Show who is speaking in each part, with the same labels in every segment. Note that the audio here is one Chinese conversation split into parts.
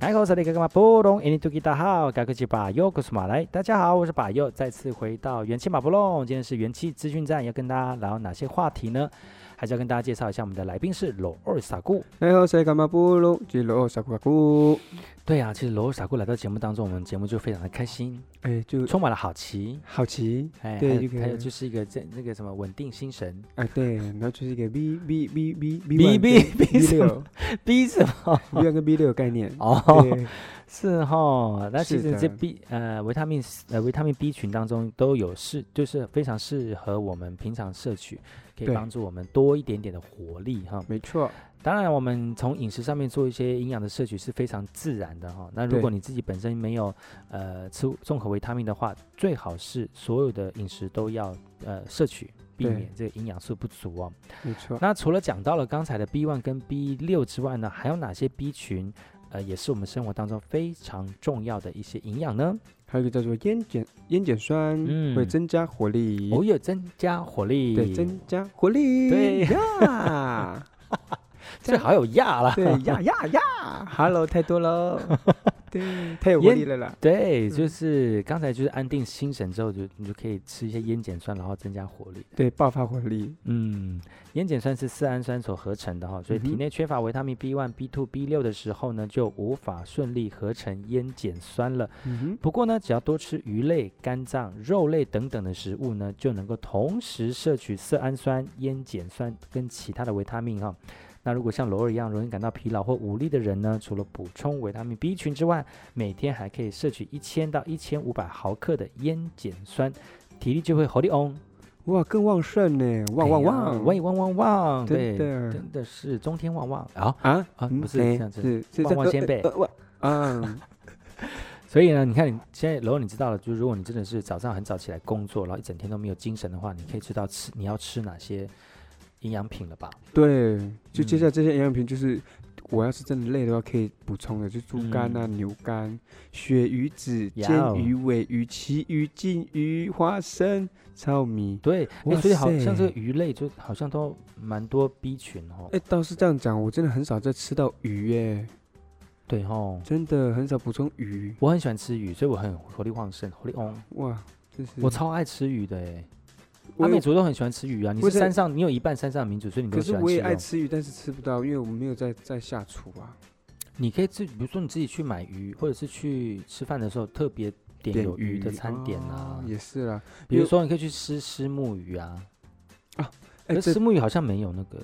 Speaker 1: 来口萨利格格玛波隆，印尼土吉大号，嘎克吉巴尤古苏马来，大家好，我是巴尤，再次回到元气马波隆，今天是元气资讯站，要跟大家聊哪些话题呢？还是要跟大家介绍一下，我们的来宾是罗二萨固。
Speaker 2: 大家好，我是干嘛布隆吉罗萨库卡库。
Speaker 1: 对啊，其实罗二萨固来到节目当中，我们节目就非常的开心，
Speaker 2: 哎，就
Speaker 1: 充满了好奇。
Speaker 2: 好奇，
Speaker 1: 哎，
Speaker 2: 对
Speaker 1: 还
Speaker 2: 这
Speaker 1: 有
Speaker 2: 个
Speaker 1: 还有就是一个这那个什么稳定心 神
Speaker 2: 哎，对，然后就是一个 B B B B
Speaker 1: B B B
Speaker 2: B
Speaker 1: 什
Speaker 2: 六
Speaker 1: 么，B 什么？
Speaker 2: B 六跟 B 六概念。
Speaker 1: 哦，
Speaker 2: 对，
Speaker 1: 是哈，那其实
Speaker 2: 是
Speaker 1: 这
Speaker 2: 的
Speaker 1: B 呃维他命 C- 呃维他命 B 群当中都有适，就是非常适合我们平常摄取，可以
Speaker 2: 对
Speaker 1: 帮助我们多一点点的活力哈。
Speaker 2: 没错，
Speaker 1: 当然，我们从饮食上面做一些营养的摄取是非常自然的哈。那如果
Speaker 2: 对
Speaker 1: 你自己本身没有呃吃综合维他命的话，最好是所有的饮食都要呃摄取，避
Speaker 2: 对
Speaker 1: 免这个营养素不足哦。
Speaker 2: 没错。
Speaker 1: 那除了讲到了刚才的 B one 跟 B 六之外呢，还有哪些 B 群？呃，也是我们生活当中非常重要的一些营养呢。
Speaker 2: 还有一个叫做烟碱烟碱酸，
Speaker 1: 嗯
Speaker 2: 会增加活力。
Speaker 1: 哦，有增加活力，
Speaker 2: 对，增加活力。
Speaker 1: 对
Speaker 2: 呀，
Speaker 1: 最好有亚啦。
Speaker 2: 对呀呀呀，Hello，太多 了。对，太有活
Speaker 1: 烟
Speaker 2: 力了啦。
Speaker 1: 对，
Speaker 2: 嗯
Speaker 1: 就是刚才就是安定心神之后，就你就可以吃一些烟碱酸，然后增加活力。
Speaker 2: 对，爆发活力。
Speaker 1: 嗯，烟碱酸是色氨酸所合成的哈，所以
Speaker 2: 嗯
Speaker 1: 体
Speaker 2: 哼
Speaker 1: 内缺乏维他命 B one、B two、B 六的时候呢，就无法顺利合成烟碱酸了。
Speaker 2: 嗯哼，
Speaker 1: 不过呢，只要多吃鱼类、肝脏、肉类等等的食物呢，就能够同时摄取色氨酸、烟碱酸跟其他的维他命哈、啊那如果像罗尔一样容易感到疲劳或无力的人呢，除了补充维他命 B 群之外，每天还可以摄取一千到一千五百毫克的烟碱酸，体力就会活力哦，
Speaker 2: 哇，更旺盛呢，旺旺
Speaker 1: 哎呀
Speaker 2: 旺。
Speaker 1: 喂旺旺旺，对
Speaker 2: 真，的
Speaker 1: 真的是中天旺旺啊。
Speaker 2: 啊
Speaker 1: 啊
Speaker 2: 嗯
Speaker 1: 不是
Speaker 2: 哎
Speaker 1: 这样子
Speaker 2: 是是
Speaker 1: 旺旺
Speaker 2: 呃
Speaker 1: 仙
Speaker 2: 呃
Speaker 1: 贝嗯
Speaker 2: 呃 旺啊，
Speaker 1: 所以呢，你看你现在，如果你知道了，就是如果你真的是早上很早起来工作，然后一整天都没有精神的话，你可以知道吃你要吃哪些营养品了吧？
Speaker 2: 对，就接
Speaker 1: 嗯
Speaker 2: 下来这些营养品就是。我要是真的累的话，可以补充的，就猪肝啊、牛肝、鳕鱼子、煎
Speaker 1: 嗯呀哦
Speaker 2: 鱼、尾鱼、旗鱼、鲫鱼、花生、糙米。
Speaker 1: 对，哎、
Speaker 2: 哇
Speaker 1: 所以好
Speaker 2: 塞
Speaker 1: 像这个鱼类就好像都蛮多 B 群哦，
Speaker 2: 哎，倒是这样讲，我真的很少再吃到鱼耶，
Speaker 1: 对哦，
Speaker 2: 真的很少补充鱼。
Speaker 1: 我很喜欢吃鱼，所以我很活力旺盛，活力旺，
Speaker 2: 哇，这是
Speaker 1: 我超爱吃鱼的哎。阿
Speaker 2: 我
Speaker 1: 美
Speaker 2: 也
Speaker 1: 族都很喜欢吃鱼啊，你
Speaker 2: 我
Speaker 1: 是
Speaker 2: 是
Speaker 1: 山上，你有一半山上的民族，所以你都
Speaker 2: 可
Speaker 1: 喜
Speaker 2: 是
Speaker 1: 欢
Speaker 2: 我
Speaker 1: 吃啊
Speaker 2: 也爱
Speaker 1: 肉。
Speaker 2: 吃鱼，但是吃不到，因为我没有在在下厨啊。
Speaker 1: 你可以自，比如说你自己去买鱼，或者是去吃饭的时候特别点
Speaker 2: 点
Speaker 1: 有鱼的餐点啊
Speaker 2: 哦，也是啦。
Speaker 1: 比如说你可以去吃虱目鱼啊，
Speaker 2: 哎，
Speaker 1: 可
Speaker 2: 这
Speaker 1: 是石目鱼好像没有那个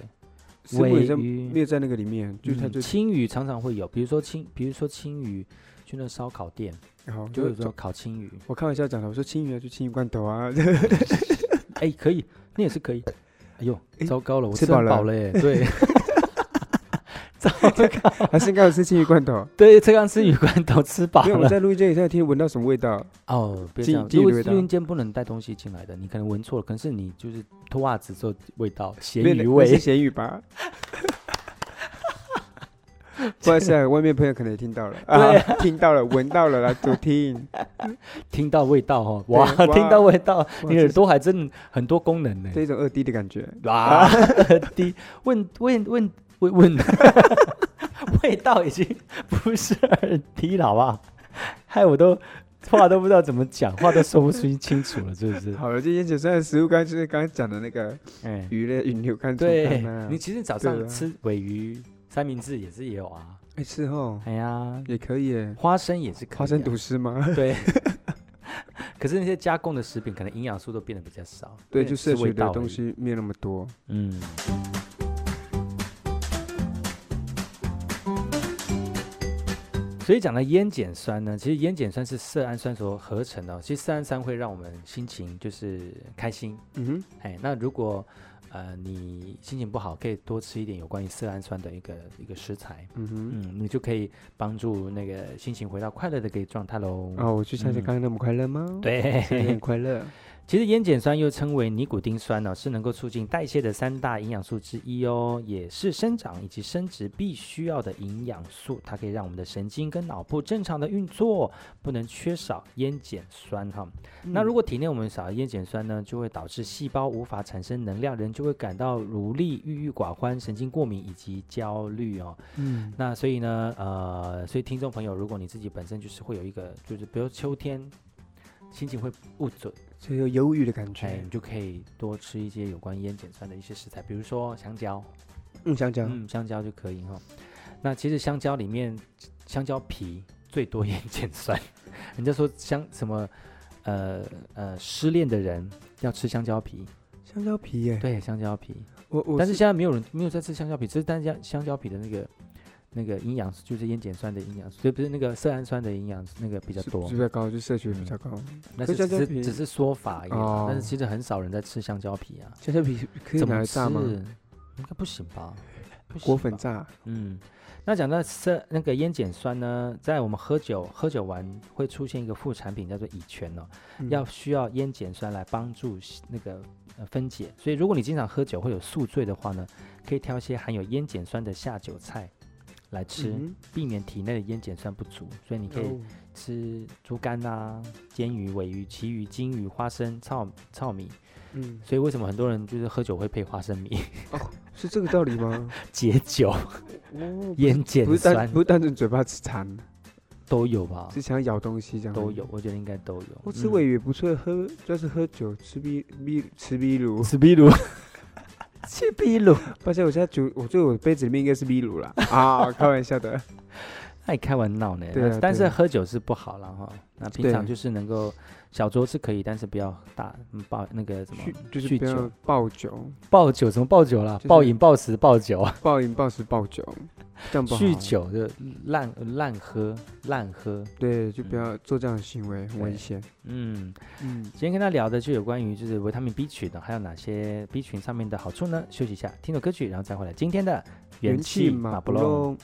Speaker 2: 石目也在
Speaker 1: 鱼
Speaker 2: 没有在那个里面，就它
Speaker 1: 嗯
Speaker 2: 就
Speaker 1: 青鱼常常会有，比如说青，比如说青鱼，去那烧烤店
Speaker 2: 然后
Speaker 1: 就
Speaker 2: 嗯就
Speaker 1: 有
Speaker 2: 是
Speaker 1: 时候
Speaker 2: 说，
Speaker 1: 烤青鱼，
Speaker 2: 我开玩笑讲的，我说青鱼啊，就青鱼罐 头啊，
Speaker 1: 哎，可以，那也是可以。哎呦，
Speaker 2: 哎
Speaker 1: 糟糕了，我
Speaker 2: 吃
Speaker 1: 吃很
Speaker 2: 饱了
Speaker 1: 饱了耶， 对，糟糕，
Speaker 2: 还是应该有吃青鱼罐头。
Speaker 1: 对，这刚吃鱼罐头吃饱
Speaker 2: 因为我
Speaker 1: 了。
Speaker 2: 在录音间里，现在听闻到什么味道？
Speaker 1: 哦，别
Speaker 2: 记
Speaker 1: 这样，
Speaker 2: 记
Speaker 1: 如果
Speaker 2: 录味道
Speaker 1: 录音间不能带东西进来的，你可能闻错了，可能是你就是脱袜子之后味道咸
Speaker 2: 那
Speaker 1: 鱼
Speaker 2: 那是
Speaker 1: 味。
Speaker 2: 咸鱼吧？不好意思啊，外面朋友可能也听到了，
Speaker 1: 对
Speaker 2: 啊，听到了，闻到了啦，主听。
Speaker 1: 听到味道哦，哇，
Speaker 2: 对哇
Speaker 1: 听到味道，你
Speaker 2: 这
Speaker 1: 耳
Speaker 2: 是
Speaker 1: 朵还真很多功能呢。
Speaker 2: 这一种二 D 的感觉，
Speaker 1: 啊，低问问问问问， 味道已经不是耳低了，好不好？害我都话都不知道怎么讲，话都说不出清楚了，是不是？
Speaker 2: 好了，今天解算的食物，刚刚就是刚刚讲的那个
Speaker 1: 哎，
Speaker 2: 鱼类、鱼牛肝、猪
Speaker 1: 对
Speaker 2: 肝啊
Speaker 1: 你，其实早
Speaker 2: 对
Speaker 1: 上
Speaker 2: 啊
Speaker 1: 吃尾鱼三明治也是也有啊，
Speaker 2: 哎，是哦，
Speaker 1: 哎呀，
Speaker 2: 也可以耶，
Speaker 1: 花生也是可以啊
Speaker 2: 花生吐司吗？
Speaker 1: 对。可是那些加工的食品，可能营养素都变得比较少。
Speaker 2: 对，
Speaker 1: 变成
Speaker 2: 就摄
Speaker 1: 是味
Speaker 2: 取的
Speaker 1: 道而
Speaker 2: 东
Speaker 1: 已。
Speaker 2: 西没有那么多。
Speaker 1: 嗯。所以讲到烟碱酸呢，其实烟碱酸是色氨酸所合成的哦。其实色氨酸会让我们心情就是开心，
Speaker 2: 嗯哼，
Speaker 1: 哎，那如果呃你心情不好，可以多吃一点有关于色氨酸的一个一个食材，
Speaker 2: 嗯哼。
Speaker 1: 嗯，你就可以帮助那个心情回到快乐的一个状态喽。
Speaker 2: 哦，我就相信
Speaker 1: 嗯
Speaker 2: 刚刚那么快乐吗？
Speaker 1: 对，
Speaker 2: 现在很快乐。
Speaker 1: 其实烟碱酸又称为尼古丁酸呢、啊是能够促进代谢的三大营养素之一哦，也是生长以及生殖必须要的营养素。它可以让我们的神经跟脑部正常的运作，不能缺少烟碱酸哈。 那如
Speaker 2: 果
Speaker 1: 果体内我们少了烟碱酸呢，就会导致细胞无法产生能量，人就会感到无力、郁郁寡欢、神经过敏以及焦虑哦。
Speaker 2: 嗯
Speaker 1: 那所以呢，呃，所以听众朋友，如果你自己本身就是会有一个，就是比如秋天心情会不准，
Speaker 2: 所以有忧郁的感
Speaker 1: 哎，
Speaker 2: 觉
Speaker 1: 你，就可以多吃一些有关烟碱酸的一些食材，比如说香蕉，
Speaker 2: 嗯，想讲，
Speaker 1: 嗯，香蕉就可以哈。那其实香蕉里面，香蕉皮最多烟碱酸， 人家说香什么，呃呃，失恋的人要吃香蕉皮，
Speaker 2: 香蕉皮耶，
Speaker 1: 对，香蕉皮。
Speaker 2: 我我
Speaker 1: 但是现在没有人没有在吃香蕉皮，只是单香香蕉皮的那个那个营养素就是烟碱酸的营养素，就不是那个色氨酸的营养素那个比较
Speaker 2: 是
Speaker 1: 多
Speaker 2: 是，比较高，就摄取比
Speaker 1: 嗯
Speaker 2: 较高。
Speaker 1: 那
Speaker 2: 可
Speaker 1: 是只
Speaker 2: 是香蕉
Speaker 1: 是
Speaker 2: 皮
Speaker 1: 只是说法而已啦、
Speaker 2: 哦
Speaker 1: 但是其实很少人在吃香蕉皮啊，
Speaker 2: 香蕉皮 可以
Speaker 1: 怎
Speaker 2: 拿
Speaker 1: 么
Speaker 2: 来
Speaker 1: 吃？
Speaker 2: 炸吗？
Speaker 1: 应该不行吧？不行
Speaker 2: 果粉
Speaker 1: 吧
Speaker 2: 炸，
Speaker 1: 嗯，那讲到色那个烟碱酸呢，在我们喝酒喝酒完会出现一个副产品叫做乙醛哦，
Speaker 2: 嗯
Speaker 1: 要需要烟碱酸来帮助吸那个呃分解。所以如果你经常喝酒会有宿醉的话呢，可以挑一些含有烟碱酸的下酒菜来吃，
Speaker 2: 嗯
Speaker 1: 避免体内的烟碱酸不足。所以你可以
Speaker 2: 哦
Speaker 1: 吃猪肝啊、煎鱼、尾鱼、旗鱼、金鱼、花生、糙糙米。
Speaker 2: 嗯，
Speaker 1: 所以为什么很多人就是喝酒会配花生米
Speaker 2: 是这个道理吗？
Speaker 1: 解酒？
Speaker 2: 哦，
Speaker 1: 烟
Speaker 2: 不
Speaker 1: 碱
Speaker 2: 是单
Speaker 1: 酸
Speaker 2: 不是单纯嘴巴吃馋，
Speaker 1: 都有吧？
Speaker 2: 是想咬东西这样。
Speaker 1: 都有，，我觉得应该都有。
Speaker 2: 我吃
Speaker 1: 嗯
Speaker 2: 尾鱼不错，喝主要是喝酒吃啤啤吃啤卤。
Speaker 1: 吃 秘鲁，吃秘鲁，
Speaker 2: 抱歉，我现在酒，我觉得我杯子里面应该是秘鲁啦。啊，开玩笑的。
Speaker 1: 爱开玩闹呢。
Speaker 2: 对啊
Speaker 1: 但是
Speaker 2: 对啊
Speaker 1: 喝酒是不好了哈。那平
Speaker 2: 对
Speaker 1: 常就是能够小酌是可以，但是不要大嗯暴那个什么
Speaker 2: 酗就是
Speaker 1: 酗
Speaker 2: 不要
Speaker 1: 酒
Speaker 2: 暴酒，
Speaker 1: 暴酒，什么暴酒啦
Speaker 2: 就，是
Speaker 1: 暴饮暴食暴酒，
Speaker 2: 暴饮暴食暴酒，这样不好。啊
Speaker 1: 酗，酒就滥滥喝滥喝。
Speaker 2: 对，就不
Speaker 1: 嗯
Speaker 2: 要做这样的行为，很危
Speaker 1: 对
Speaker 2: 险。
Speaker 1: 嗯，
Speaker 2: 嗯，
Speaker 1: 今天跟大家聊的就有关于就是维他命 B 群的，还有哪些 B 群上面的好处呢？休息一下，听首歌曲，然后再回来今天的
Speaker 2: 元气
Speaker 1: 马
Speaker 2: 马
Speaker 1: 布
Speaker 2: 不
Speaker 1: 隆。
Speaker 2: 隆。